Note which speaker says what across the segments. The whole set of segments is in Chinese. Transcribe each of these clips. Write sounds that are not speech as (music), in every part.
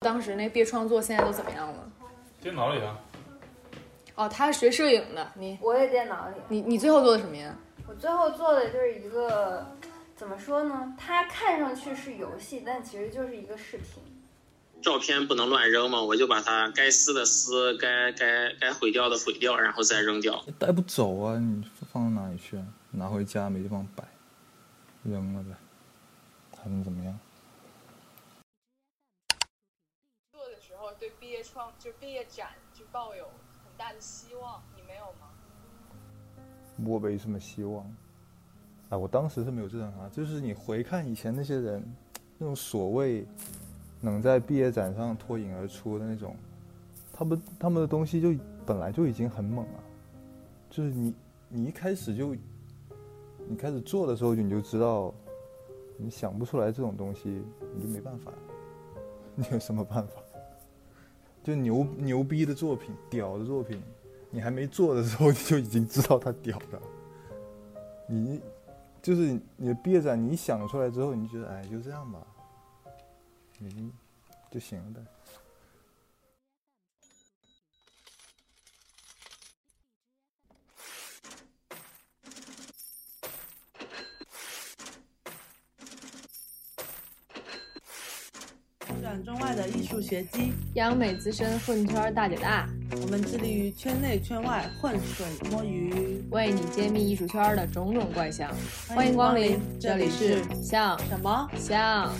Speaker 1: 当时那毕业创作现在都怎么样了？
Speaker 2: 电脑里啊，
Speaker 1: 哦，他是学摄影的，你
Speaker 3: 我也电脑里。
Speaker 1: 你你最后做的什么呀？
Speaker 3: 我最后做的就是一个，怎么说呢？它看上去是游戏，但其实就是一个视频。
Speaker 4: 照片不能乱扔嘛，我就把它该撕的撕，该该该毁掉的毁掉，然后再扔掉。
Speaker 5: 带不走啊，你放到哪里去啊？拿回家没地方摆，扔了呗，还能怎么样？
Speaker 6: 做的时候对毕业创就毕业展就抱有很大的希望，你没有吗？
Speaker 5: 我没什么希望。啊，我当时是没有这种啊，就是你回看以前那些人，那种所谓能在毕业展上脱颖而出的那种，他们他们的东西就本来就已经很猛了，就是你你一开始就你开始做的时候你就知道，你想不出来这种东西，你就没办法， (laughs) 你有什么办法？就牛牛逼的作品，屌的作品，你还没做的时候你 (laughs) 就已经知道它屌了，你。就是你的毕业展，你想出来之后，你就觉得哎，就这样吧，你就行了呗。
Speaker 7: 展中外的艺术学基，
Speaker 1: 央美资深混圈大姐大，
Speaker 7: 我们致力于圈内圈外浑水摸鱼。
Speaker 1: 为你揭秘艺术圈的种种怪象。欢迎光临，这里是像
Speaker 7: 什么？
Speaker 1: 像。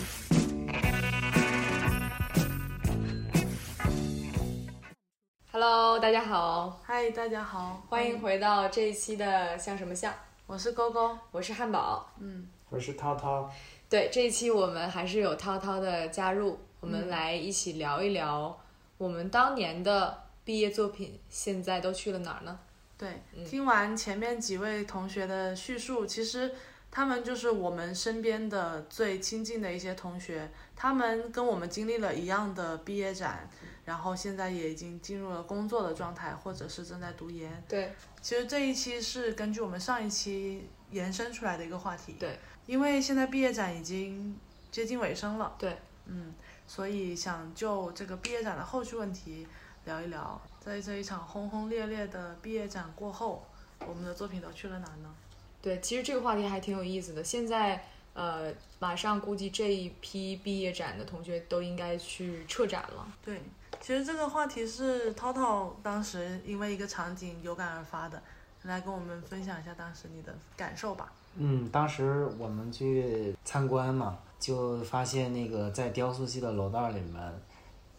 Speaker 1: Hello，大家好，
Speaker 7: 嗨，大家好，
Speaker 1: 哦欢迎回到这一期的像什么像，
Speaker 7: 我是勾勾。
Speaker 1: 我是汉堡。
Speaker 7: 嗯，
Speaker 2: 我是涛涛，
Speaker 1: 对，这一期我们还是有涛涛的加入，我们来一起聊一聊我们当年的毕业作品现在都去了哪儿呢？
Speaker 7: 对，
Speaker 1: 嗯
Speaker 7: 听完前面几位同学的叙述，其实他们就是我们身边的最亲近的一些同学，他们跟我们经历了一样的毕业展，然后现在也已经进入了工作的状态，或者是正在读研。
Speaker 1: 对，
Speaker 7: 其实这一期是根据我们上一期延伸出来的一个话题。
Speaker 1: 对，
Speaker 7: 因为现在毕业展已经接近尾声了。
Speaker 1: 对，
Speaker 7: 嗯，所以想就这个毕业展的后续问题聊一聊，在这一场轰轰烈烈的毕业展过后，我们的作品都去了哪呢？
Speaker 1: 对，其实这个话题还挺有意思的。现在，呃，马上估计这一批毕业展的同学都应该去撤展了。
Speaker 7: 对，其实这个话题是涛涛当时因为一个场景有感而发的，来跟我们分享一下当时你的感受吧。
Speaker 8: 嗯，当时我们去参观嘛，就发现那个在雕塑系的楼道里面，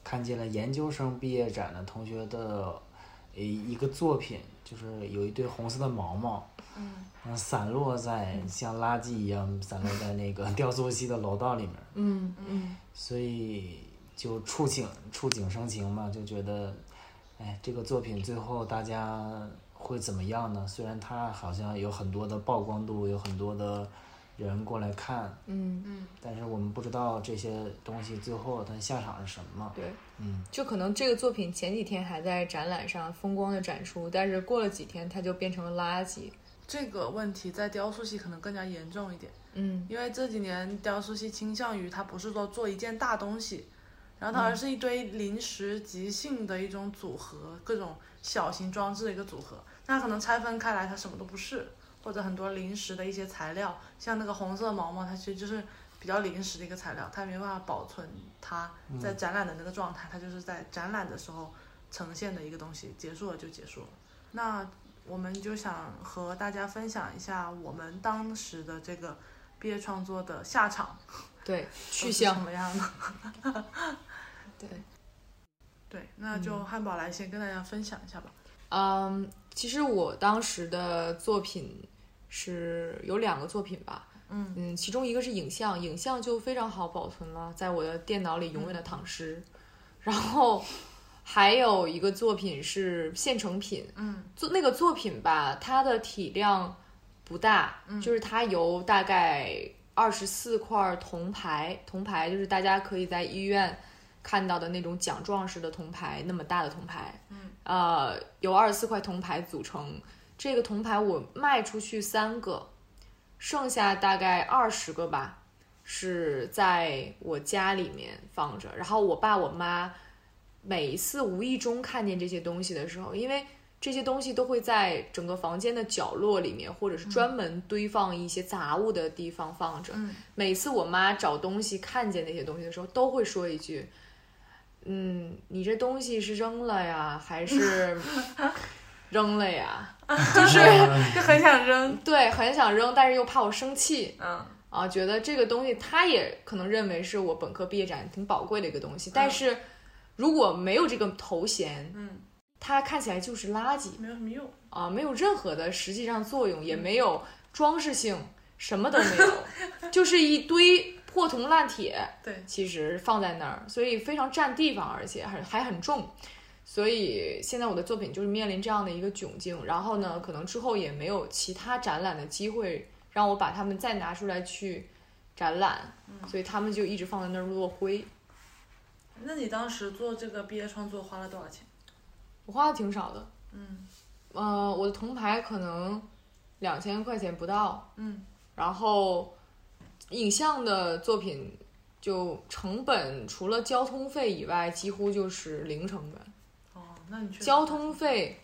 Speaker 8: 看见了研究生毕业展的同学的呃一个作品，就是有一堆红色的毛毛，嗯，散落在像垃圾一样散落在那个 (laughs) 雕塑系的楼道里面，
Speaker 1: 嗯嗯，
Speaker 8: 所以就触景触景生情嘛，就觉得，哎，这个作品最后大家会怎么样呢？虽然它好像有很多的曝光度，有很多的人过来看，
Speaker 1: 嗯，
Speaker 8: 但是我们不知道这些东西最后它下场是什么。
Speaker 1: 对，
Speaker 8: 嗯，
Speaker 1: 就可能这个作品前几天还在展览上风光的展出，但是过了几天它就变成了垃圾。
Speaker 7: 这个问题在雕塑系可能更加严重一点。
Speaker 1: 嗯，
Speaker 7: 因为这几年雕塑系倾向于它不是说做一件大东西，然后它而是一堆临时即兴的一种组合，各种小型装置的一个组合。那可能拆分开来，它什么都不是，或者很多临时的一些材料，像那个红色毛毛，它其实就是比较临时的一个材料，它没办法保存它在展览的那个状态，它就是在展览的时候呈现的一个东西，结束了就结束了。那我们就想和大家分享一下我们当时的这个毕业创作的下场
Speaker 1: 对，
Speaker 7: 都
Speaker 1: 去
Speaker 7: 是
Speaker 1: 向
Speaker 7: 什么样
Speaker 1: (laughs)
Speaker 7: 的？
Speaker 1: 对，
Speaker 7: 对，那就汉堡来先跟大家分享一下吧。
Speaker 1: 嗯，其实我当时的作品是有两个作品吧，
Speaker 7: 嗯
Speaker 1: 嗯，其中一个是影像，影像就非常好保存了，在我的电脑里永远的
Speaker 7: 嗯
Speaker 1: 躺尸。然后还有一个作品是现成品，
Speaker 7: 嗯
Speaker 1: 做那个作品吧，它的体量不大，
Speaker 7: 嗯
Speaker 1: 就是它由大概二十四块铜牌，铜牌就是大家可以在医院看到的那种奖状式的铜牌，那么大的铜牌，嗯，呃，由二十四块铜牌组成。这个铜牌我卖出去三个，剩下大概二十个吧，是在我家里面放着，然后我爸我妈每一次无意中看见这些东西的时候，因为这些东西都会在整个房间的角落里面，或者是专门堆放一些杂物的地方放着。
Speaker 7: 嗯
Speaker 1: 每次我妈找东西看见那些东西的时候，都会说一句：“嗯，你这东西是扔了呀，还是扔了呀
Speaker 7: 就是嗯就很
Speaker 1: (laughs)
Speaker 7: 想扔，？”
Speaker 1: 对，很想扔，但是又怕我生气。
Speaker 7: 嗯
Speaker 1: 啊，觉得这个东西他也可能认为是我本科毕业展挺宝贵的一个东西，但是如果没有这个头衔，
Speaker 7: 嗯，
Speaker 1: 它看起来就是垃圾
Speaker 7: 没有什么用。
Speaker 1: 啊，没有任何的实际上作用，
Speaker 7: 嗯
Speaker 1: 也没有装饰性，什么都没有，就是一堆破铜烂铁。
Speaker 7: (laughs) 对，
Speaker 1: 其实放在那儿，所以非常占地方，而且很还很重。所以现在我的作品就是面临这样的一个窘境，然后呢，可能之后也没有其他展览的机会让我把它们再拿出来去展览，
Speaker 7: 嗯
Speaker 1: 所以他们就一直放在那儿落灰。
Speaker 7: 那你当时做这个毕业创作花了多少钱？
Speaker 1: 我花的挺少的，
Speaker 7: 嗯
Speaker 1: 呃，我的铜牌可能两千块钱不到，
Speaker 7: 嗯，
Speaker 1: 然后影像的作品就成本除了交通费以外，几乎就是零成本。
Speaker 7: 哦，那你确实
Speaker 1: 交通费，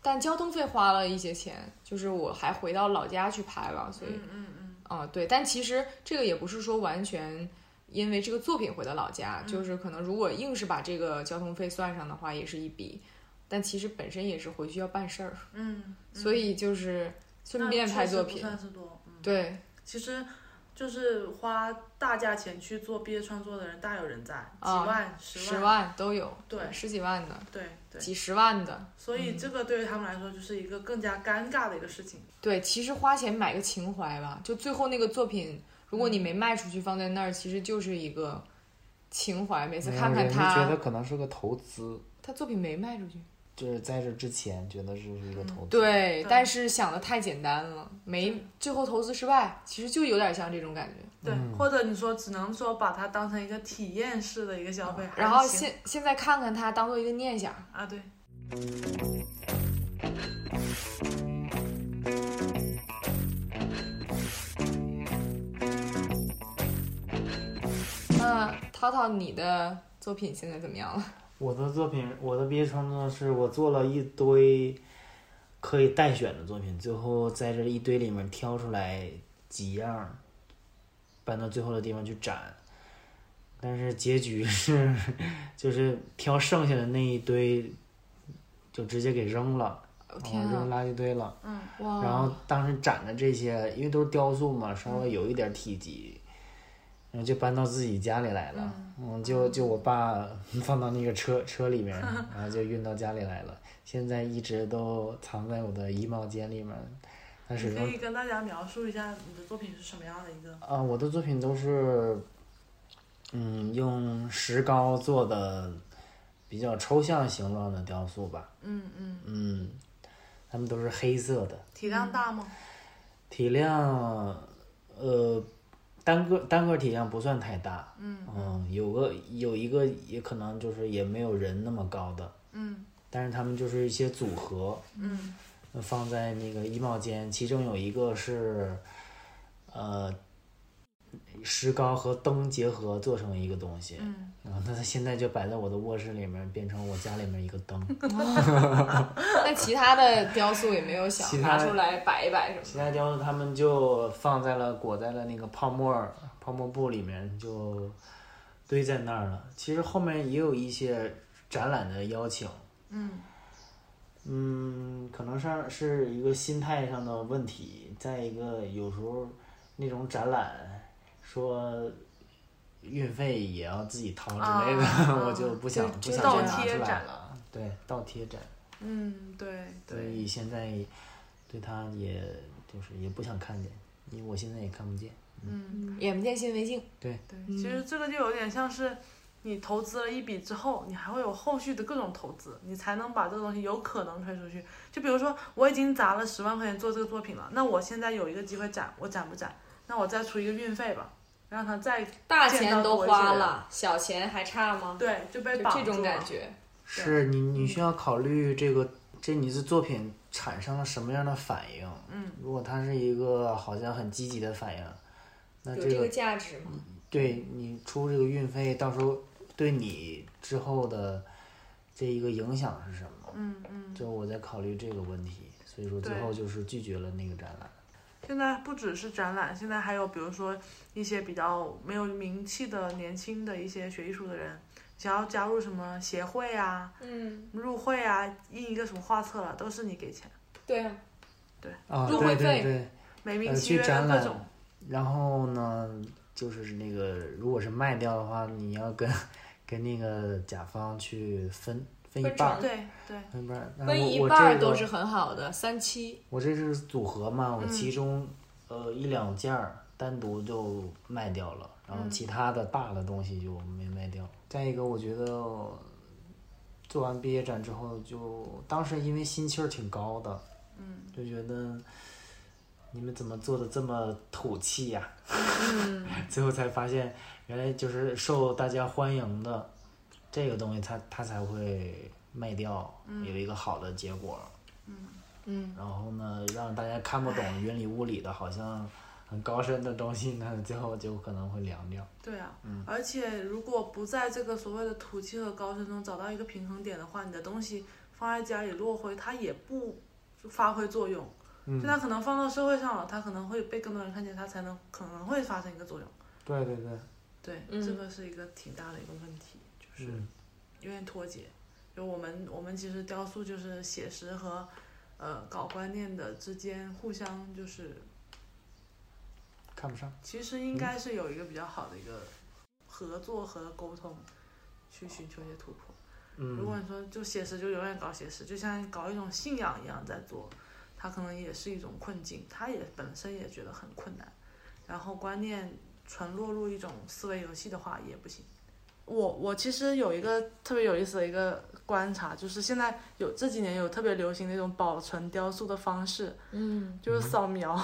Speaker 1: 但交通费花了一些钱，就是我还回到老家去拍了，所以
Speaker 7: 嗯嗯嗯，
Speaker 1: 啊、对，但其实这个也不是说完全因为这个作品回到老家，
Speaker 7: 嗯
Speaker 1: 就是可能如果硬是把这个交通费算上的话，也是一笔，但其实本身也是回去要办事儿，
Speaker 7: 嗯，嗯
Speaker 1: 所以就是顺便拍作品
Speaker 7: 那确实不，算是多。嗯，
Speaker 1: 对
Speaker 7: 其实就是花大价钱去做毕业创作的人大有人在，几
Speaker 1: 啊
Speaker 7: 万、
Speaker 1: 十
Speaker 7: 万，
Speaker 1: 万都有，
Speaker 7: 对
Speaker 1: 十几万的，
Speaker 7: 对对。
Speaker 1: 几十万的，
Speaker 7: 所以这个对于他们来说就是一个更加尴尬的一个事情。
Speaker 1: 对，其实花钱买个情怀吧，就最后那个作品，如果你没卖出去放在那儿，其实就是一个情怀。每次
Speaker 8: 没有
Speaker 1: 看看
Speaker 8: 人家觉得
Speaker 1: 他，
Speaker 8: 可能是个投资，
Speaker 1: 他作品没卖出去，
Speaker 8: 就是在这之前觉得这是一个投资。，
Speaker 1: 对，
Speaker 7: 对
Speaker 1: 但是想的太简单了，没
Speaker 7: 是
Speaker 1: 最后投资失败，其实就有点像这种感觉。
Speaker 7: 对，或者你说只能说把它当成一个体验式的一个消费，还
Speaker 1: 嗯然后
Speaker 7: 行
Speaker 1: 现现在看看它，当做一个念想，
Speaker 7: 啊，对，
Speaker 1: 那嗯淘淘，你的作品现在怎么样了？
Speaker 8: 我的作品，我的毕业创作是我做了一堆可以待选的作品，最后在这一堆里面挑出来几样儿，搬到最后的地方去展。但是结局是， (laughs) 就是挑剩下的那一堆，就直接给扔了，
Speaker 1: 我、
Speaker 8: 哦然
Speaker 1: (laughs)
Speaker 8: 后
Speaker 1: 天
Speaker 8: 扔
Speaker 1: 啊，
Speaker 8: 垃圾堆了。
Speaker 1: 哇！
Speaker 8: 然
Speaker 7: 哦
Speaker 8: 后当时展的这些，因为都是雕塑嘛，稍
Speaker 7: 嗯
Speaker 8: 微有一点体积，然后就搬到自己家里来了。嗯，就就我爸
Speaker 7: 哦
Speaker 8: (laughs) 放到那个车车里
Speaker 7: (laughs)
Speaker 8: 面，然后就运到家里来了。现在一直都藏在我的衣帽间里面，它始
Speaker 7: 你可
Speaker 8: 终
Speaker 7: 以跟大家描述一下你的作品是什么样的一个
Speaker 8: 啊，我的作品都是，嗯，用石膏做的比较抽象形状的雕塑吧。
Speaker 7: 嗯嗯，
Speaker 8: 嗯，它们都是黑色的。
Speaker 7: 体
Speaker 1: 嗯
Speaker 7: 量大吗？
Speaker 8: 体量，呃，单个单个体量不算太大，嗯有个有一个也可能就是也没有人那么高的，
Speaker 7: 嗯
Speaker 8: 但是他们就是一些组合，
Speaker 7: 嗯
Speaker 8: 呃放在那个衣帽间，其中有一个是，呃，石膏和灯结合做成一个东西，
Speaker 7: 嗯，
Speaker 8: 然后它现在就摆在我的卧室里面，变成我家里面一个灯，
Speaker 1: 那其他的雕塑也没有想
Speaker 8: 其他
Speaker 1: 拿
Speaker 8: 的
Speaker 1: 出来摆一摆什么
Speaker 8: 其他雕塑他们就放在了裹在了那个泡沫儿泡沫布里面，就堆在那儿了。其实后面也有一些展览的邀请，
Speaker 7: 嗯
Speaker 8: 嗯，可能上是一个心态上的问题，再一个有时候那种展览说运费也要自己掏之类的，
Speaker 7: 啊
Speaker 8: (laughs) 我就不想
Speaker 7: 就
Speaker 8: 不
Speaker 7: 就
Speaker 8: 想
Speaker 7: 倒
Speaker 8: 再拿
Speaker 7: 贴
Speaker 8: 出来
Speaker 7: 展
Speaker 8: 了。对，倒贴展，
Speaker 7: 嗯，对
Speaker 8: 所
Speaker 7: 对，
Speaker 8: 以现在对它也就是也不想看见，因为我现在也看不见。
Speaker 7: 嗯。
Speaker 1: 的，眼不见心为净。
Speaker 7: 对，
Speaker 1: 嗯
Speaker 7: 其实这个就有点像是你投资了一笔之后，你还会有后续的各种投资，你才能把这个东西有可能推出去。就比如说，我已经砸了十万块钱做这个作品了，那我现在有一个机会展，我展不展？那我再出一个运费吧，让他再
Speaker 1: 大
Speaker 7: 见
Speaker 1: 钱
Speaker 7: 到
Speaker 1: 都
Speaker 7: 多一
Speaker 1: 花
Speaker 7: 些
Speaker 1: 了，小钱还差吗？
Speaker 7: 对就被
Speaker 1: 就
Speaker 7: 绑住
Speaker 1: 这种感
Speaker 7: 了。
Speaker 1: 觉。
Speaker 8: 是你，你需要考虑这个，这你的作品产生了什么样的反应？
Speaker 7: 嗯，
Speaker 8: 如果它是一个好像很积极的反应，那
Speaker 1: 有
Speaker 8: 这
Speaker 1: 这
Speaker 8: 个
Speaker 1: 个价值吗？
Speaker 8: 对你出这个运费，到时候对你之后的这一个影响是什么？
Speaker 7: 嗯嗯，
Speaker 8: 就我在考虑这个问题，所以说最
Speaker 7: 对
Speaker 8: 后就是拒绝了那个展览。
Speaker 7: 现在不只是展览，现在还有比如说一些比较没有名气的年轻的一些学艺术的人，想要加入什么协会啊、
Speaker 1: 嗯，
Speaker 7: 入会啊、印一个什么画册啊，都是你给钱，
Speaker 1: 对啊，
Speaker 8: 啊，
Speaker 1: 入
Speaker 8: 对
Speaker 1: 会
Speaker 8: 对
Speaker 1: 费
Speaker 8: 对，
Speaker 7: 美名
Speaker 8: 呃，
Speaker 7: 其
Speaker 8: 去
Speaker 7: 曰
Speaker 8: 展
Speaker 7: 各
Speaker 8: 览
Speaker 7: 种。，
Speaker 8: 然后呢，就是那个如果是卖掉的话，你要跟跟那个甲方去分分一
Speaker 1: 分
Speaker 8: 半儿，
Speaker 7: 对对，
Speaker 8: 分一半儿。然后
Speaker 1: 分一
Speaker 8: 我
Speaker 1: 半儿
Speaker 8: 这
Speaker 1: 都
Speaker 8: 个
Speaker 1: 是很好的，三七。
Speaker 8: 我这是组合嘛，我其中、呃一两件儿单独就卖掉了，然后其他的大的东西就没卖掉。再一个，我觉得做完毕业展之后就，当时因为心气儿挺高的，嗯，就觉得你们怎么做的这么土气呀、 (laughs) 最后才发现，原来就是受大家欢迎的这个东西它，它才会卖掉，有一个好的结果。
Speaker 1: 嗯，
Speaker 8: 然后呢，让大家看不懂云里雾里的，好像很高深的东西呢，最后就可能会凉掉。
Speaker 7: 对啊，而且如果不在这个所谓的土气和高深中找到一个平衡点的话，你的东西放在家里落灰，它也不发挥作用。
Speaker 8: 嗯
Speaker 7: 就它可能放到社会上了，它可能会被更多人看见，它才能可能会发生一个作用。
Speaker 8: 对对对，
Speaker 7: 对，
Speaker 1: 嗯
Speaker 7: 这个是一个挺大的一个问题，就是
Speaker 8: 嗯
Speaker 7: 有点脱节。就我们我们其实雕塑就是写实和呃搞观念的之间互相就是
Speaker 8: 看不上。
Speaker 7: 其实应该是有一个比较好的一个合作和沟通，去寻求一些突破。如果
Speaker 8: 嗯，
Speaker 7: 你说就写实，就永远搞写实，就像搞一种信仰一样在做，它可能也是一种困境，他也本身也觉得很困难。然后观念纯落入一种思维游戏的话也不行。我我其实有一个特别有意思的一个观察，就是现在有这几年有特别流行那种保存雕塑的方式，
Speaker 1: 嗯，
Speaker 7: 就是扫描。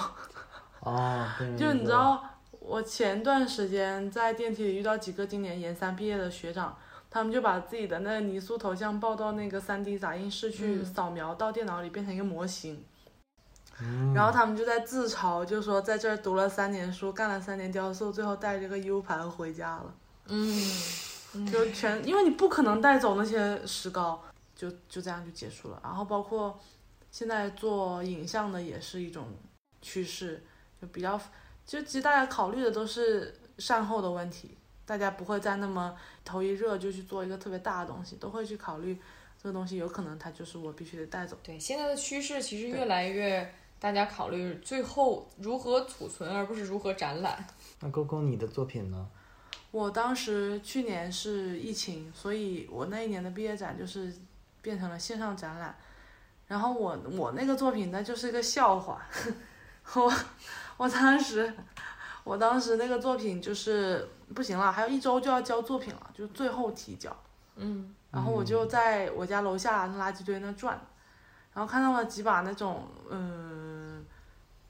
Speaker 8: 哦，对
Speaker 7: 就你知，道，我前段时间在电梯里遇到几个今年研三毕业的学长，他们就把自己的那个泥塑头像抱到那个 3D 打印室去
Speaker 1: 嗯
Speaker 7: 扫描到电脑里变成一个模型，
Speaker 8: 嗯
Speaker 7: 然后他们就在自嘲，就说在这儿读了三年书，干了三年雕塑，最后带着个 U 盘回家了，
Speaker 1: 嗯，
Speaker 7: 就全因为你不可能带走那些石膏，就就这样就结束了。然后包括现在做影像的也是一种趋势，就比较，就其实大家考虑的都是善后的问题，大家不会再那么头一热就去做一个特别大的东西，都会去考虑这个东西有可能它就是我必须得带走。
Speaker 1: 对，现在的趋势其实越来越，大家考虑最后如何储存，而不是如何展览。
Speaker 8: 那勾勾你的作品呢？
Speaker 7: 我当时去年是疫情，所以我那一年的毕业展就是变成了线上展览。然后我我那个作品那就是一个笑话， (laughs) 我我当时我当时那个作品就是不行了，还有一周就要交作品了，就最后提交。
Speaker 1: 嗯
Speaker 7: 然后我就在我家楼下那垃圾堆那转，然后看到了几把那种嗯、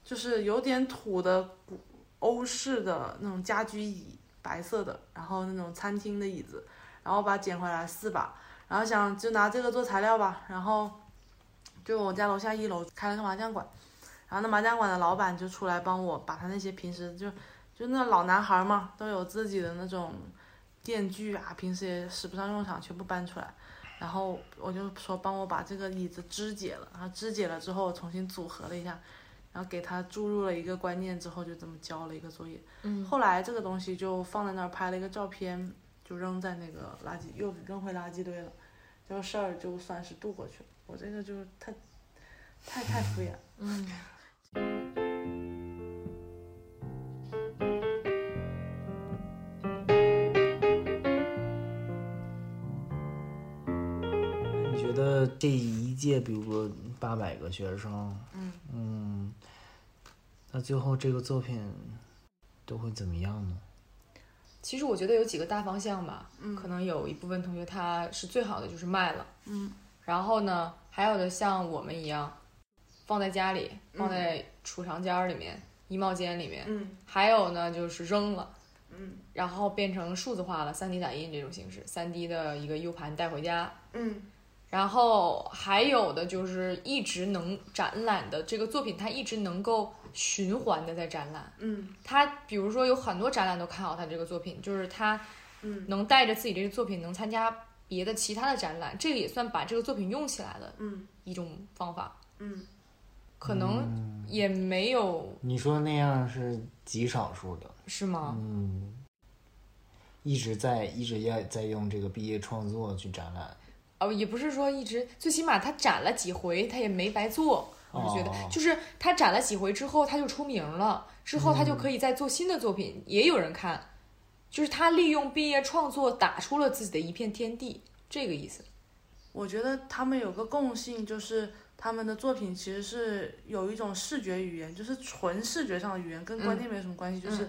Speaker 7: 就是有点土的古欧式的那种家居椅，白色的，然后那种餐厅的椅子，然后把它捡回来四把，然后想就拿这个做材料吧，然后就我家楼下一楼开了个麻将馆，然后那麻将馆的老板就出来帮我把他那些平时就就那老男孩嘛，都有自己的那种电锯啊，平时也使不上用场，全部搬出来。然后我就说帮我把这个椅子肢解了，然后肢解了之后重新组合了一下，然后给他注入了一个观念之后，就这么交了一个作业。
Speaker 1: 嗯
Speaker 7: 后来这个东西就放在那儿拍了一个照片，就扔在那个垃圾又扔回垃圾堆了，这个事儿就算是度过去了。我这个就是太太太敷衍了。
Speaker 1: 嗯，
Speaker 8: 你觉得这一届，比如说八百个学生，
Speaker 7: 嗯
Speaker 8: 嗯，那最后这个作品都会怎么样呢？
Speaker 1: 其实我觉得有几个大方向吧，
Speaker 7: 嗯
Speaker 1: 可能有一部分同学他是最好的就是卖了，
Speaker 7: 嗯，
Speaker 1: 然后呢，还有的像我们一样，放在家里，放在储藏间儿里面、衣帽间里面，
Speaker 7: 嗯
Speaker 1: 还有呢就是扔了。
Speaker 7: 嗯
Speaker 1: 然后变成数字化了，3 D 打印这种形式3 D 的一个 U 盘带回家，
Speaker 7: 嗯
Speaker 1: 然后还有的就是一直能展览的这个作品，它一直能够循环的在展览。
Speaker 7: 嗯
Speaker 1: 他比如说有很多展览都看好他这个作品，就是他
Speaker 7: 嗯
Speaker 1: 能带着自己这个作品能参加别的其他的展览，这个也算把这个作品用起来的
Speaker 7: 嗯
Speaker 1: 一种方法。
Speaker 7: 嗯，
Speaker 1: 可能
Speaker 8: 嗯
Speaker 1: 也没有、
Speaker 8: 你说那样是极少数的，
Speaker 1: 是吗？
Speaker 8: 嗯，一直在一直要在用这个毕业创作去展览，嗯
Speaker 1: 哦，也不是说一直，最起码他展了几回，他也没白做。我是觉得
Speaker 8: 哦，
Speaker 1: 就是他展了几回之后，他就出名了，之后
Speaker 8: 嗯
Speaker 1: 他就可以再做新的作品，也有人看。就是他利用毕业创作打出了自己的一片天地，这个意思。
Speaker 7: 我觉得他们有个共性，就是他们的作品其实是有一种视觉语言，就是纯视觉上的语言，跟
Speaker 1: 嗯
Speaker 7: 观念没有什么关系。就是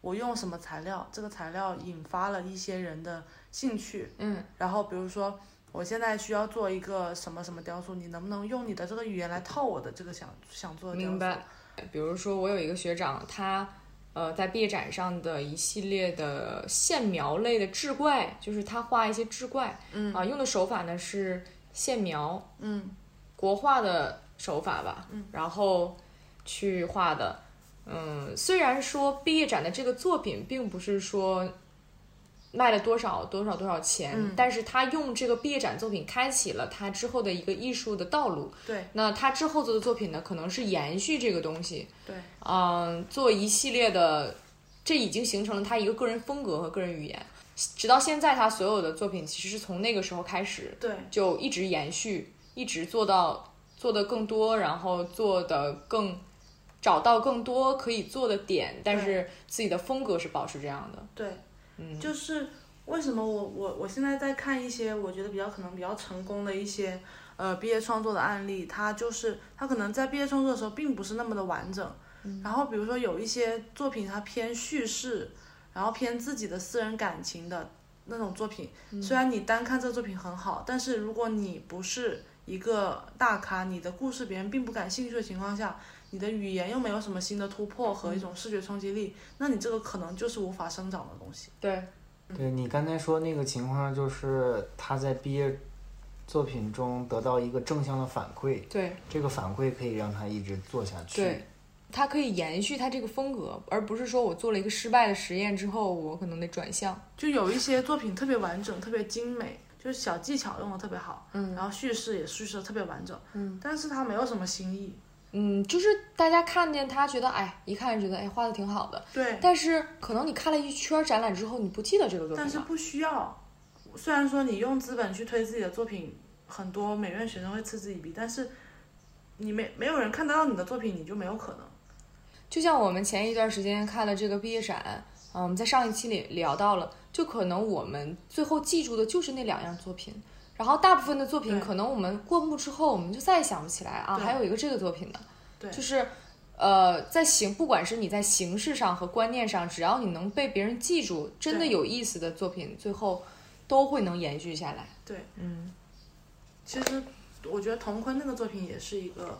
Speaker 7: 我用什么材料，这个材料引发了一些人的兴趣，
Speaker 1: 嗯
Speaker 7: 然后比如说我现在需要做一个什么什么雕塑，你能不能用你的这个语言来套我的这个想想做的雕塑？
Speaker 1: 明白。比如说，我有一个学长，他呃在毕业展上的一系列的线描类的志怪，就是他画一些志怪，
Speaker 7: 嗯
Speaker 1: 啊、用的手法呢是线描，
Speaker 7: 嗯
Speaker 1: 国画的手法吧，
Speaker 7: 嗯
Speaker 1: 然后去画的。嗯，虽然说毕业展的这个作品并不是说卖了多少多少多少钱，
Speaker 7: 嗯
Speaker 1: 但是他用这个毕业展作品开启了他之后的一个艺术的道路。
Speaker 7: 对
Speaker 1: 那他之后做的作品呢，可能是延续这个东西，
Speaker 7: 对，
Speaker 1: 嗯，做一系列的，这已经形成了他一个个人风格和个人语言。直到现在，他所有的作品其实是从那个时候开始
Speaker 7: 对，
Speaker 1: 就一直延续，一直做到做的更多，然后做的更找到更多可以做的点，但是自己的风格是保持这样的。
Speaker 7: 对，
Speaker 1: 嗯
Speaker 7: 就是为什么我我我现在在看一些我觉得比较可能比较成功的一些呃毕业创作的案例，它就是它可能在毕业创作的时候并不是那么的完整，然后比如说有一些作品它偏叙事，然后偏自己的私人感情的那种作品，
Speaker 1: 嗯
Speaker 7: 虽然你单看这个作品很好，但是如果你不是一个大咖，你的故事别人并不感兴趣的情况下，你的语言又没有什么新的突破和一种视觉冲击力，那你这个可能就是无法生长的东西。
Speaker 1: 对，
Speaker 7: 嗯
Speaker 8: 对你刚才说那个情况，就是他在毕业作品中得到一个正向的反馈，
Speaker 1: 对
Speaker 8: 这个反馈可以让他一直做下去。
Speaker 1: 对，它可以延续它这个风格，而不是说我做了一个失败的实验之后，我可能得转向。
Speaker 7: 就有一些作品特别完整，特别精美，就是小技巧用的特别好，
Speaker 1: 嗯
Speaker 7: 然后叙事也叙事的特别完整，
Speaker 1: 嗯，
Speaker 7: 但是它没有什么新意。
Speaker 1: 嗯，就是大家看见他觉得，哎，一看觉得，哎，画的挺好的，
Speaker 7: 对，
Speaker 1: 但是可能你看了一圈展览之后，你不记得这个作品
Speaker 7: 但是
Speaker 1: 了。
Speaker 7: 不需要。虽然说你用资本去推自己的作品，很多美院学生会嗤之以鼻，但是你没没有人看得到你的作品，你就没有可能。
Speaker 1: 就像我们前一段时间看了这个毕业展，嗯，我们在上一期里聊到了，就可能我们最后记住的就是那两样作品，然后大部分的作品
Speaker 7: 对
Speaker 1: 可能我们过目之后，我们就再也想不起来啊，
Speaker 7: 对
Speaker 1: 还有一个这个作品呢，
Speaker 7: 对
Speaker 1: 就是。呃，在形，不管是你在形式上和观念上，只要你能被别人记住，真的
Speaker 7: 对
Speaker 1: 有意思的作品，最后都会能延续下来。
Speaker 7: 对，
Speaker 1: 嗯，
Speaker 7: 其实我觉得童坤那个作品也是一个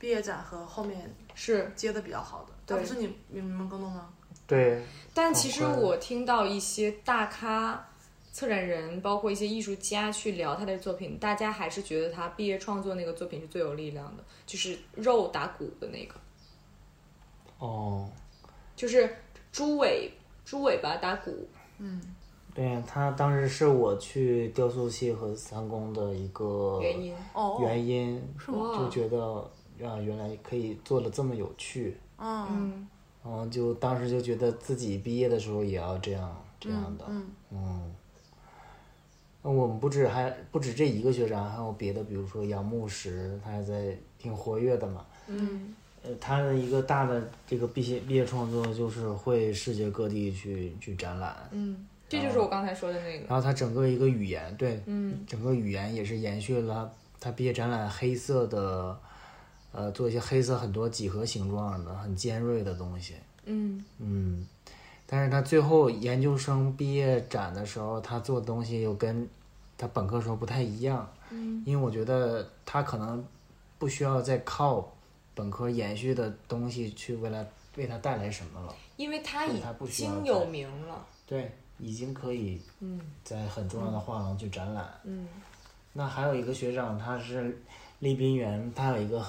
Speaker 7: 毕业展和后面
Speaker 1: 是
Speaker 7: 接的比较好的，他
Speaker 1: 对
Speaker 7: 不是你你们跟动吗？
Speaker 8: 对，
Speaker 1: 但其实
Speaker 8: 好啊乖
Speaker 1: 我听到一些大咖、策展人，包括一些艺术家去聊他的作品，大家还是觉得他毕业创作那个作品是最有力量的，就是肉打鼓的那个，
Speaker 8: 哦，
Speaker 1: 就是猪尾猪尾巴打鼓。
Speaker 7: 嗯，
Speaker 8: 对，他当时是我去雕塑系和三公的一个
Speaker 1: 原因
Speaker 7: 哦，
Speaker 8: 原因，
Speaker 7: 是吗？
Speaker 8: 就觉得啊，原来可以做的这么有趣，
Speaker 7: 嗯
Speaker 1: 嗯，
Speaker 8: 然后就当时就觉得自己毕业的时候也要这样这样的，
Speaker 7: 嗯
Speaker 8: 嗯。那我们不止还不止这一个学长，还有别的，比如说杨牧石，他还在挺活跃的嘛。
Speaker 7: 嗯
Speaker 8: 呃，他的一个大的这个毕业毕业创作就是会世界各地去去展览，
Speaker 1: 嗯，这就是
Speaker 8: 哦
Speaker 1: 我刚才说的那个。
Speaker 8: 然后他整个一个语言，对，
Speaker 1: 嗯
Speaker 8: 整个语言也是延续了他毕业展览黑色的，呃，做一些黑色很多几何形状的很尖锐的东西，
Speaker 1: 嗯
Speaker 8: 嗯，但是他最后研究生毕业展的时候，他做的东西又跟他本科时候不太一样，
Speaker 1: 嗯
Speaker 8: 因为我觉得他可能不需要再靠本科延续的东西去为他为他带来什么了，
Speaker 1: 因为他
Speaker 8: 所以
Speaker 1: 已
Speaker 8: 他不需要
Speaker 1: 经
Speaker 8: 再
Speaker 1: 有名了。
Speaker 8: 对，已经可以
Speaker 1: 嗯
Speaker 8: 在很重要的画廊去展览。
Speaker 1: 嗯
Speaker 8: 那还有一个学长，他是利宾园，他有一个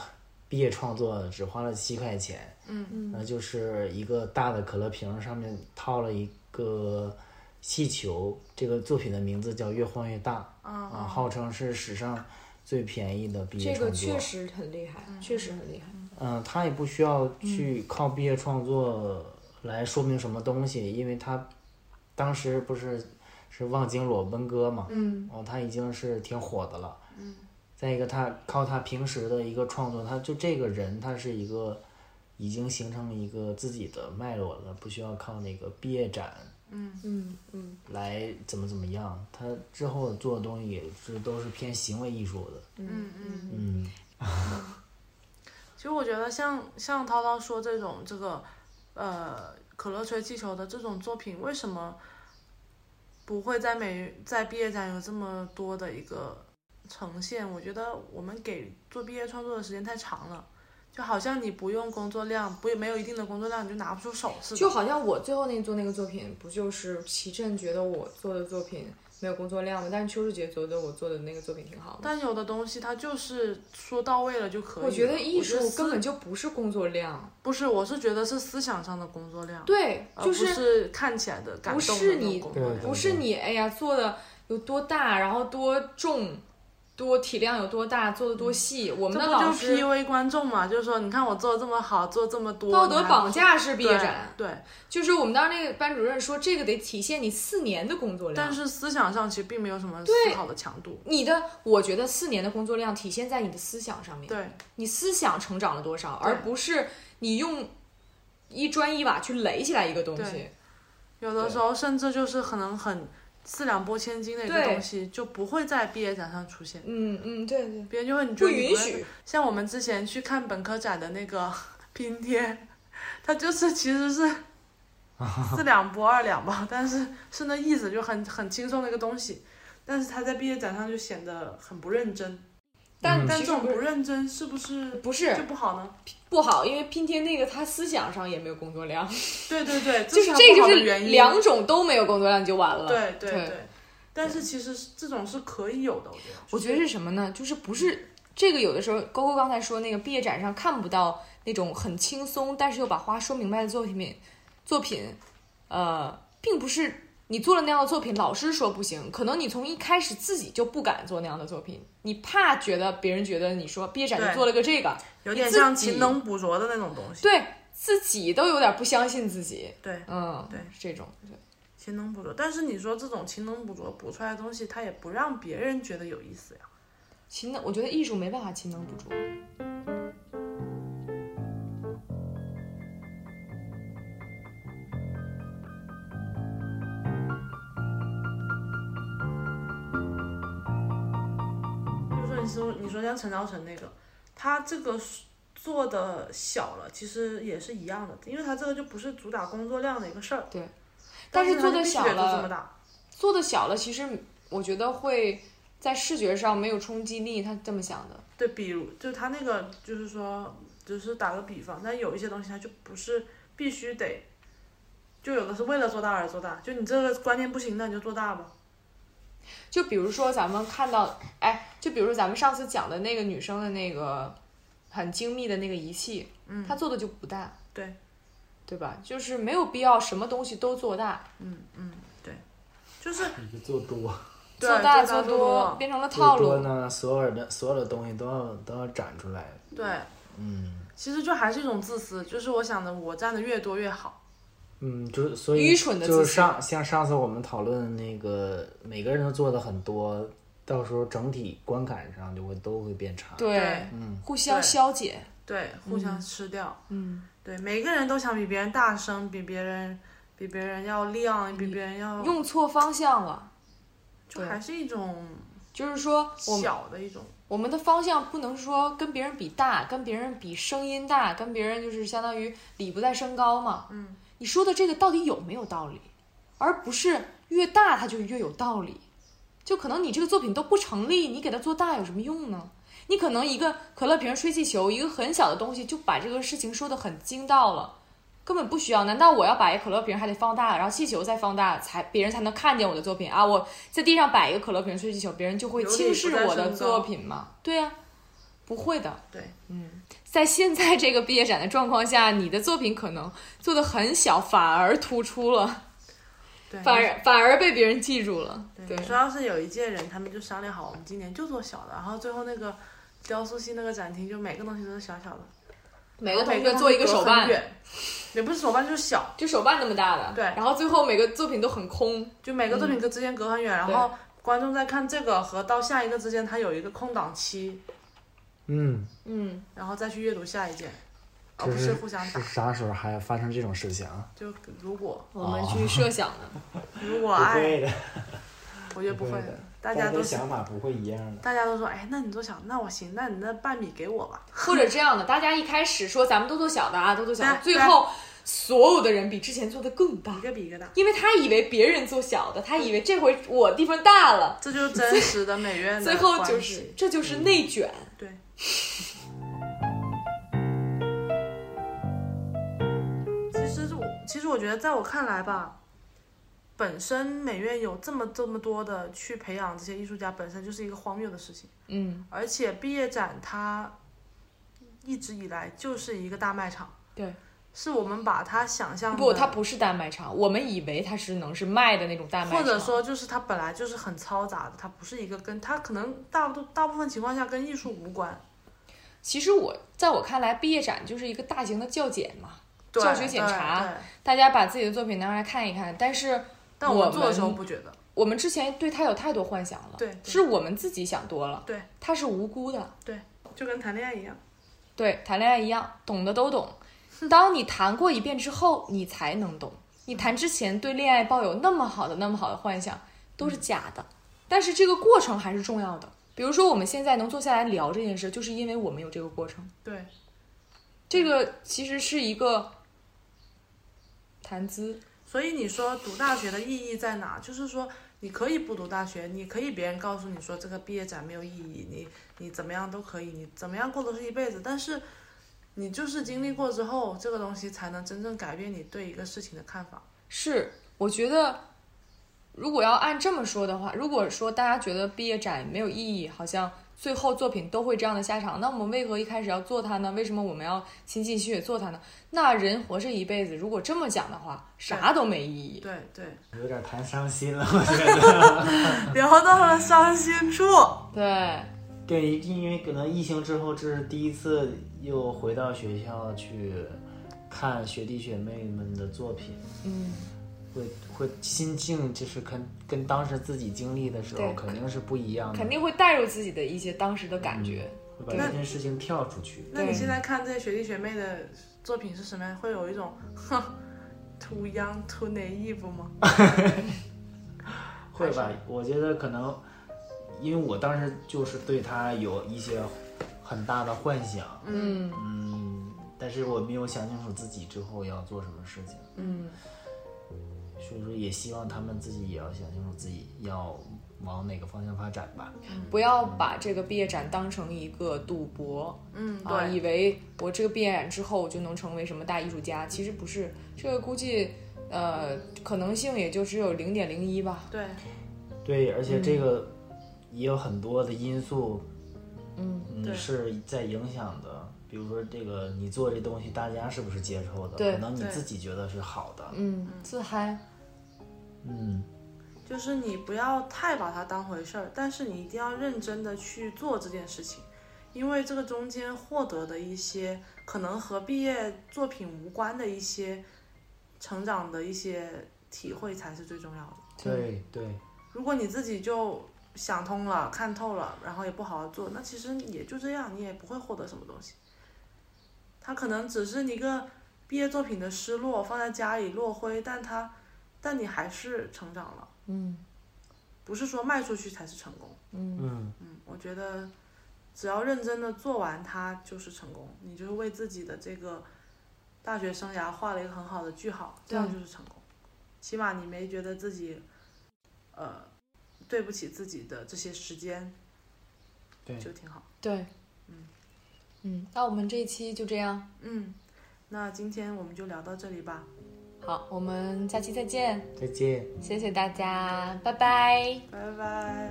Speaker 8: 毕业创作只花了七块钱，
Speaker 7: 嗯
Speaker 8: 那就是一个大的可乐瓶上面套了一个气球，这个作品的名字叫《越晃越大》啊，
Speaker 7: 啊，
Speaker 8: 号称是史上最便宜的毕
Speaker 1: 哦
Speaker 8: 业
Speaker 1: 这
Speaker 8: 创
Speaker 1: 个
Speaker 8: 作。
Speaker 1: 确实很厉害，确实很厉害。
Speaker 8: 嗯，他也不需要
Speaker 1: 嗯
Speaker 8: 去靠毕业创作来说明什么东西，因为他当时不是是望京裸奔哥嘛，
Speaker 1: 嗯，
Speaker 8: 哦，他已经是挺火的了。
Speaker 7: 嗯。
Speaker 8: 再一个，他靠他平时的一个创作，他就这个人，他是一个已经形成一个自己的脉络了，不需要靠那个毕业展
Speaker 1: 嗯嗯
Speaker 8: 来怎么怎么样。他之后做的东西也是都是偏行为艺术的。
Speaker 7: 嗯嗯。
Speaker 8: 嗯
Speaker 7: 其实我觉得像像涛涛说这种这个，呃，可乐吹气球的这种作品，为什么不会在美在毕业展有这么多的一个呈现？我觉得我们给做毕业创作的时间太长了，就好像你不用工作量，不没有一定的工作量，你就拿不出手似的。
Speaker 1: 就好像我最后那做那个作品，不就是齐震觉得我做的作品没有工作量吗？但是邱世杰觉得我做的那个作品挺好的。
Speaker 7: 但有的东西它就是说到位了就可以了。
Speaker 1: 我觉得艺
Speaker 7: 我觉
Speaker 1: 术
Speaker 7: 得思啊
Speaker 1: 根本就不是工作量，
Speaker 7: 不是，我是觉得是思想上的工作量，
Speaker 1: 对，
Speaker 7: 而
Speaker 1: 就
Speaker 7: 不是看起来的感
Speaker 1: 不
Speaker 7: 动
Speaker 1: 是
Speaker 7: 的那种
Speaker 1: 你
Speaker 7: 工作
Speaker 8: 对
Speaker 7: 量
Speaker 1: 不是你哎呀做的有多大，然后多重，多体量有多大，做的多细。我们
Speaker 7: 嗯这
Speaker 1: 的
Speaker 7: 不就
Speaker 1: 老师
Speaker 7: PUA 观众嘛？就是说，你看我做的这么好，做这么多，
Speaker 1: 道
Speaker 7: 你
Speaker 1: 德
Speaker 7: 还
Speaker 1: 绑架式毕
Speaker 7: 对
Speaker 1: 业展，
Speaker 7: 对，
Speaker 1: 就是我们当时那个班主任说这个得体现你四年的工作量，
Speaker 7: 但是思想上其实并没有什么思考的强度。
Speaker 1: 你的，我觉得四年的工作量体现在你的思想上面，
Speaker 7: 对，
Speaker 1: 你思想成长了多少，而不是你用一砖一瓦去垒起来一个东西
Speaker 7: 对。有的时候甚至就是可能很四两拨千斤的一个
Speaker 1: 对
Speaker 7: 东西，就不会在毕业展上出现，
Speaker 1: 嗯嗯，对对，
Speaker 7: 别人就会你觉
Speaker 1: 不
Speaker 7: 得你
Speaker 1: 允
Speaker 7: 会
Speaker 1: 许。
Speaker 7: 像我们之前去看本科展的那个 (laughs) 拼贴，它就是其实是四两拨二两吧，但是是那意思，就很很轻松的一个东西。但是它在毕业展上就显得很不认真，
Speaker 1: 但
Speaker 7: 但
Speaker 1: 但
Speaker 7: 这种不认真是不是
Speaker 1: 嗯不是
Speaker 7: 就不好呢？
Speaker 1: 不好，因为拼贴那个他思想上也没有工作量，
Speaker 7: 对对对，
Speaker 1: 就是是
Speaker 7: 它
Speaker 1: 这
Speaker 7: 不
Speaker 1: 就
Speaker 7: 好的
Speaker 1: 是
Speaker 7: 原因。
Speaker 1: 两种都没有工作量你就完了。
Speaker 7: 对对
Speaker 1: 对
Speaker 7: 对，但是其实是这种是可以有的，我觉得。
Speaker 1: 我觉得是什么呢？就是不是这个，有的时候勾勾刚才说那个毕业展上看不到那种很轻松，但是又把话说明白的作品，作品，呃，并不是你做了那样的作品，老师说不行，可能你从一开始自己就不敢做那样的作品，你怕觉得别人觉得你说毕业展
Speaker 7: 对
Speaker 1: 就做了个这个，
Speaker 7: 有
Speaker 1: 你
Speaker 7: 点
Speaker 1: 自
Speaker 7: 像
Speaker 1: 己
Speaker 7: 勤能补拙的那种东西。
Speaker 1: 对自己都有点不相信自己，
Speaker 7: 对，
Speaker 1: 嗯，
Speaker 7: 对
Speaker 1: 是这种，对
Speaker 7: 勤能补拙。但是你说这种勤能补拙补出来的东西，它也不让别人觉得有意思呀。
Speaker 1: 勤能，我觉得艺术没办法勤能补拙。
Speaker 7: 就是说，你说你说像陈昭成那个，他这个做的小了，其实也是一样的，因为他这个就不是主打工作量的一个事儿。
Speaker 1: 对，但
Speaker 7: 但
Speaker 1: 是
Speaker 7: 他
Speaker 1: 做
Speaker 7: 就
Speaker 1: 得
Speaker 7: 必须
Speaker 1: 小
Speaker 7: 得做
Speaker 1: 了
Speaker 7: 这么大，
Speaker 1: 做的小了，其实我觉得会在视觉上没有冲击力。他这么想的，
Speaker 7: 对，比如就他那个，就是说，只是打个比方，但有一些东西它就不是必须得，就有的是为了做大而做大，就你这个观念不行，那你就做大吧。
Speaker 1: 就比如说咱们看到，哎，就比如说咱们上次讲的那个女生的那个很精密的那个仪器，
Speaker 7: 嗯
Speaker 1: 她做的就不大，
Speaker 7: 对，
Speaker 1: 对吧？就是没有必要什么东西都做大，
Speaker 7: 嗯嗯，对，就是
Speaker 8: 你做多
Speaker 7: 对
Speaker 1: 做大
Speaker 7: 做大
Speaker 1: 多
Speaker 7: 做多
Speaker 1: 变成了套
Speaker 8: 做多
Speaker 1: 路。
Speaker 8: 呢，所有的所有的东西都要都要展出来。
Speaker 7: 对，
Speaker 8: 嗯。
Speaker 7: 其实就还是一种自私，就是我想的，我占的越多越好。
Speaker 8: 嗯，就是所以
Speaker 1: 愚蠢的自
Speaker 8: 就是
Speaker 1: 信
Speaker 8: 上像上次我们讨论那个，每个人都做的很多，到时候整体观感上就会都会变差。，
Speaker 1: 对，
Speaker 8: 嗯，
Speaker 1: 互相
Speaker 7: 对
Speaker 1: 消解。
Speaker 7: 对，互相吃掉。
Speaker 1: 嗯，
Speaker 7: 对，每个人都想比别人大声，比别人比别人要亮，比别人要，
Speaker 1: 嗯用错方向了，
Speaker 7: 就还是一种
Speaker 1: 就是说我们
Speaker 7: 小的一种。
Speaker 1: 我们的方向不能说跟别人比大，跟别人比声音大，跟别人就是相当于礼不在声高嘛。
Speaker 7: 嗯，
Speaker 1: 你说的这个到底有没有道理，而不是越大它就越有道理。就可能你这个作品都不成立，你给它做大有什么用呢？你可能一个可乐瓶、吹气球，一个很小的东西就把这个事情说得很精到了，根本不需要。难道我要把一个可乐瓶还得放大，然后气球再放大，才别人才能看见我的作品啊？我在地上摆一个可乐瓶、吹气球，别人就会
Speaker 7: 有理
Speaker 1: 轻视
Speaker 7: 不在
Speaker 1: 我的
Speaker 7: 声高
Speaker 1: 作品吗？对呀、啊不会的。
Speaker 7: 对，
Speaker 1: 嗯，在现在这个毕业展的状况下，你的作品可能做的很小，反而突出了，
Speaker 7: 对，
Speaker 1: 反而反而被别人记住了。对
Speaker 7: 对，，主要是有一届人，他们就商量好，我们今年就做小的，然后最后那个雕塑系那个展厅，就每个东西都是小小的，
Speaker 1: 每个同
Speaker 7: 每个
Speaker 1: 学做一个手
Speaker 7: 隔很
Speaker 1: 办，
Speaker 7: 远，也不是手办，就是小，
Speaker 1: 就手办那么大的。
Speaker 7: 对
Speaker 1: 然后最后每个作品都很空。
Speaker 7: 就每个作品隔之间隔很远，然后观众在看这个和到下一个之间，它有一个空档期，
Speaker 8: 嗯，
Speaker 1: 嗯，
Speaker 7: 然后再去阅读下一件，而
Speaker 8: 可
Speaker 7: 不是互相打
Speaker 8: 是。啥时候还发生这种事情啊？
Speaker 7: 就如果
Speaker 1: 我们去设想的。
Speaker 7: 如果
Speaker 8: 不
Speaker 7: 爱，
Speaker 8: 会的，
Speaker 7: 我觉得不
Speaker 8: 不
Speaker 7: 会
Speaker 8: 会的，
Speaker 7: 哎大家
Speaker 8: 的
Speaker 7: 都是
Speaker 8: 想法不会一样的。
Speaker 7: 大家都说，哎，那你做小，那我行，那你那半米给我吧。
Speaker 1: 或者这样的，大家一开始说咱们都做小的啊，都做小的，
Speaker 7: 对
Speaker 1: 最后所有的人比之前做的更大
Speaker 7: 一，个比一个大，
Speaker 1: 因为他以为别人做小的，他以为这回我地方大了，
Speaker 7: (laughs) 这就是真实的美 (laughs) 院的
Speaker 1: 最后
Speaker 7: 嗯关
Speaker 1: 就
Speaker 7: 系嗯
Speaker 1: 是这就是内卷。
Speaker 7: 对。其实是我，其实我觉得，在我看来吧，本身美院有这么这么多的去培养这些艺术家，本身就是一个荒谬的事情。
Speaker 1: 嗯，
Speaker 7: 而且毕业展它一直以来就是一个大卖场，
Speaker 1: 对，
Speaker 7: 是我们把它想象的
Speaker 1: 不，它不是大卖场，我们以为它是能是卖的那种大卖场，
Speaker 7: 或者说就是它本来就是很嘈杂的，它不是一个跟它可能大多大部分情况下跟艺术无关，
Speaker 1: 其实我在我看来，毕业展就是一个大型的教检嘛，
Speaker 7: 对
Speaker 1: 教学检查
Speaker 7: 对对
Speaker 1: 大家把自己的作品拿来看一看。但是
Speaker 7: 但
Speaker 1: 我
Speaker 7: 我做的时候
Speaker 1: 们
Speaker 7: 不觉得，
Speaker 1: 我们之前对它有太多幻想了，
Speaker 7: 对对
Speaker 1: 是我们自己想多了，
Speaker 7: 对，
Speaker 1: 它是无辜的，
Speaker 7: 就跟谈恋爱一样。
Speaker 1: 对，谈恋爱一样，懂的都懂。
Speaker 7: (laughs)
Speaker 1: 当你谈过一遍之后，你才能懂。你谈之前对恋爱抱有那么好的、那么好的幻想，都是假的。
Speaker 7: 嗯
Speaker 1: 但是这个过程还是重要的。比如说，我们现在能坐下来聊这件事，就是因为我们有这个过程。
Speaker 7: 对，
Speaker 1: 这个其实是一个谈资，
Speaker 7: 所以你说读大学的意义在哪？就是说你可以不读大学，你可以别人告诉你说这个毕业展没有意义，你你怎么样都可以，你怎么样过都是一辈子，但是你就是经历过之后，这个东西才能真正改变你对一个事情的看法。
Speaker 1: 是，我觉得，如果要按这么说的话，如果说大家觉得毕业展没有意义，好像最后作品都会这样的下场，那我们为何一开始要做它呢？为什么我们要倾尽血做它呢？那人活着一辈子，如果这么讲的话，啥都没意义。
Speaker 7: 对对，
Speaker 8: 有点谈伤心了，
Speaker 7: 聊到了伤心处，
Speaker 1: 对，
Speaker 8: (laughs) 对，因为可能疫情之后，这是第一次又回到学校去看学弟学妹们的作品，
Speaker 1: 嗯，
Speaker 8: 会会心境就是跟跟当时自己经历的时候
Speaker 1: 对
Speaker 8: 肯定是不一样的，
Speaker 1: 肯定会带入自己的一些当时的感觉。
Speaker 8: 会把这件事情跳出去。
Speaker 7: 那你
Speaker 1: 对
Speaker 7: 现在看这些学弟学妹的作品是什么样？会有一种哼，too young too naive 吗？
Speaker 8: 会吧？我觉得可能，因为我当时就是对他有一些很大的幻想，
Speaker 1: 嗯
Speaker 8: 嗯，但是我没有想清楚自己之后要做什么事情，
Speaker 1: 嗯，
Speaker 8: 所以说也希望他们自己也要想清楚自己要往哪个方向发展吧。
Speaker 1: 不要把这个毕业展当成一个赌博。
Speaker 7: 嗯，对。
Speaker 1: 啊，以为我这个毕业展之后我就能成为什么大艺术家，其实不是，这个估计呃可能性也就只有零点零一吧。
Speaker 7: 对，
Speaker 8: 对，而且这个也有很多的因素，
Speaker 1: 嗯，
Speaker 8: 嗯，
Speaker 7: 对
Speaker 8: 是在影响的。比如说，这个你做这东西，大家是不是接受的？
Speaker 1: 对
Speaker 8: 可能你
Speaker 7: 对
Speaker 8: 自己觉得是好的。
Speaker 1: 嗯，自嗨，
Speaker 8: 嗯，
Speaker 7: 就是你不要太把它当回事儿，但是你一定要认真的去做这件事情，因为这个中间获得的一些可能和毕业作品无关的一些成长的一些体会才是最重要的。
Speaker 8: 对对，
Speaker 7: 如果你自己就想通了、看透了，然后也不好好做，那其实也就这样，你也不会获得什么东西。它可能只是一个毕业作品的失落，放在家里落灰，但它，但你还是成长了。
Speaker 1: 嗯
Speaker 7: 不是说卖出去才是成功。
Speaker 1: 嗯，
Speaker 8: 嗯。
Speaker 7: 嗯，我觉得只要认真的做完它就是成功，你就是为自己的这个大学生涯画了一个很好的句号，这样
Speaker 1: 对
Speaker 7: 就是成功。起码你没觉得自己，呃，对不起自己的这些时间，
Speaker 8: 对
Speaker 7: 就挺好。
Speaker 1: 对，
Speaker 7: 嗯
Speaker 1: 嗯，那我们这一期就这样，
Speaker 7: 嗯，那今天我们就聊到这里吧，
Speaker 1: 好，我们下期再见，
Speaker 8: 再见。
Speaker 1: 谢谢大家，拜拜。
Speaker 7: 拜拜。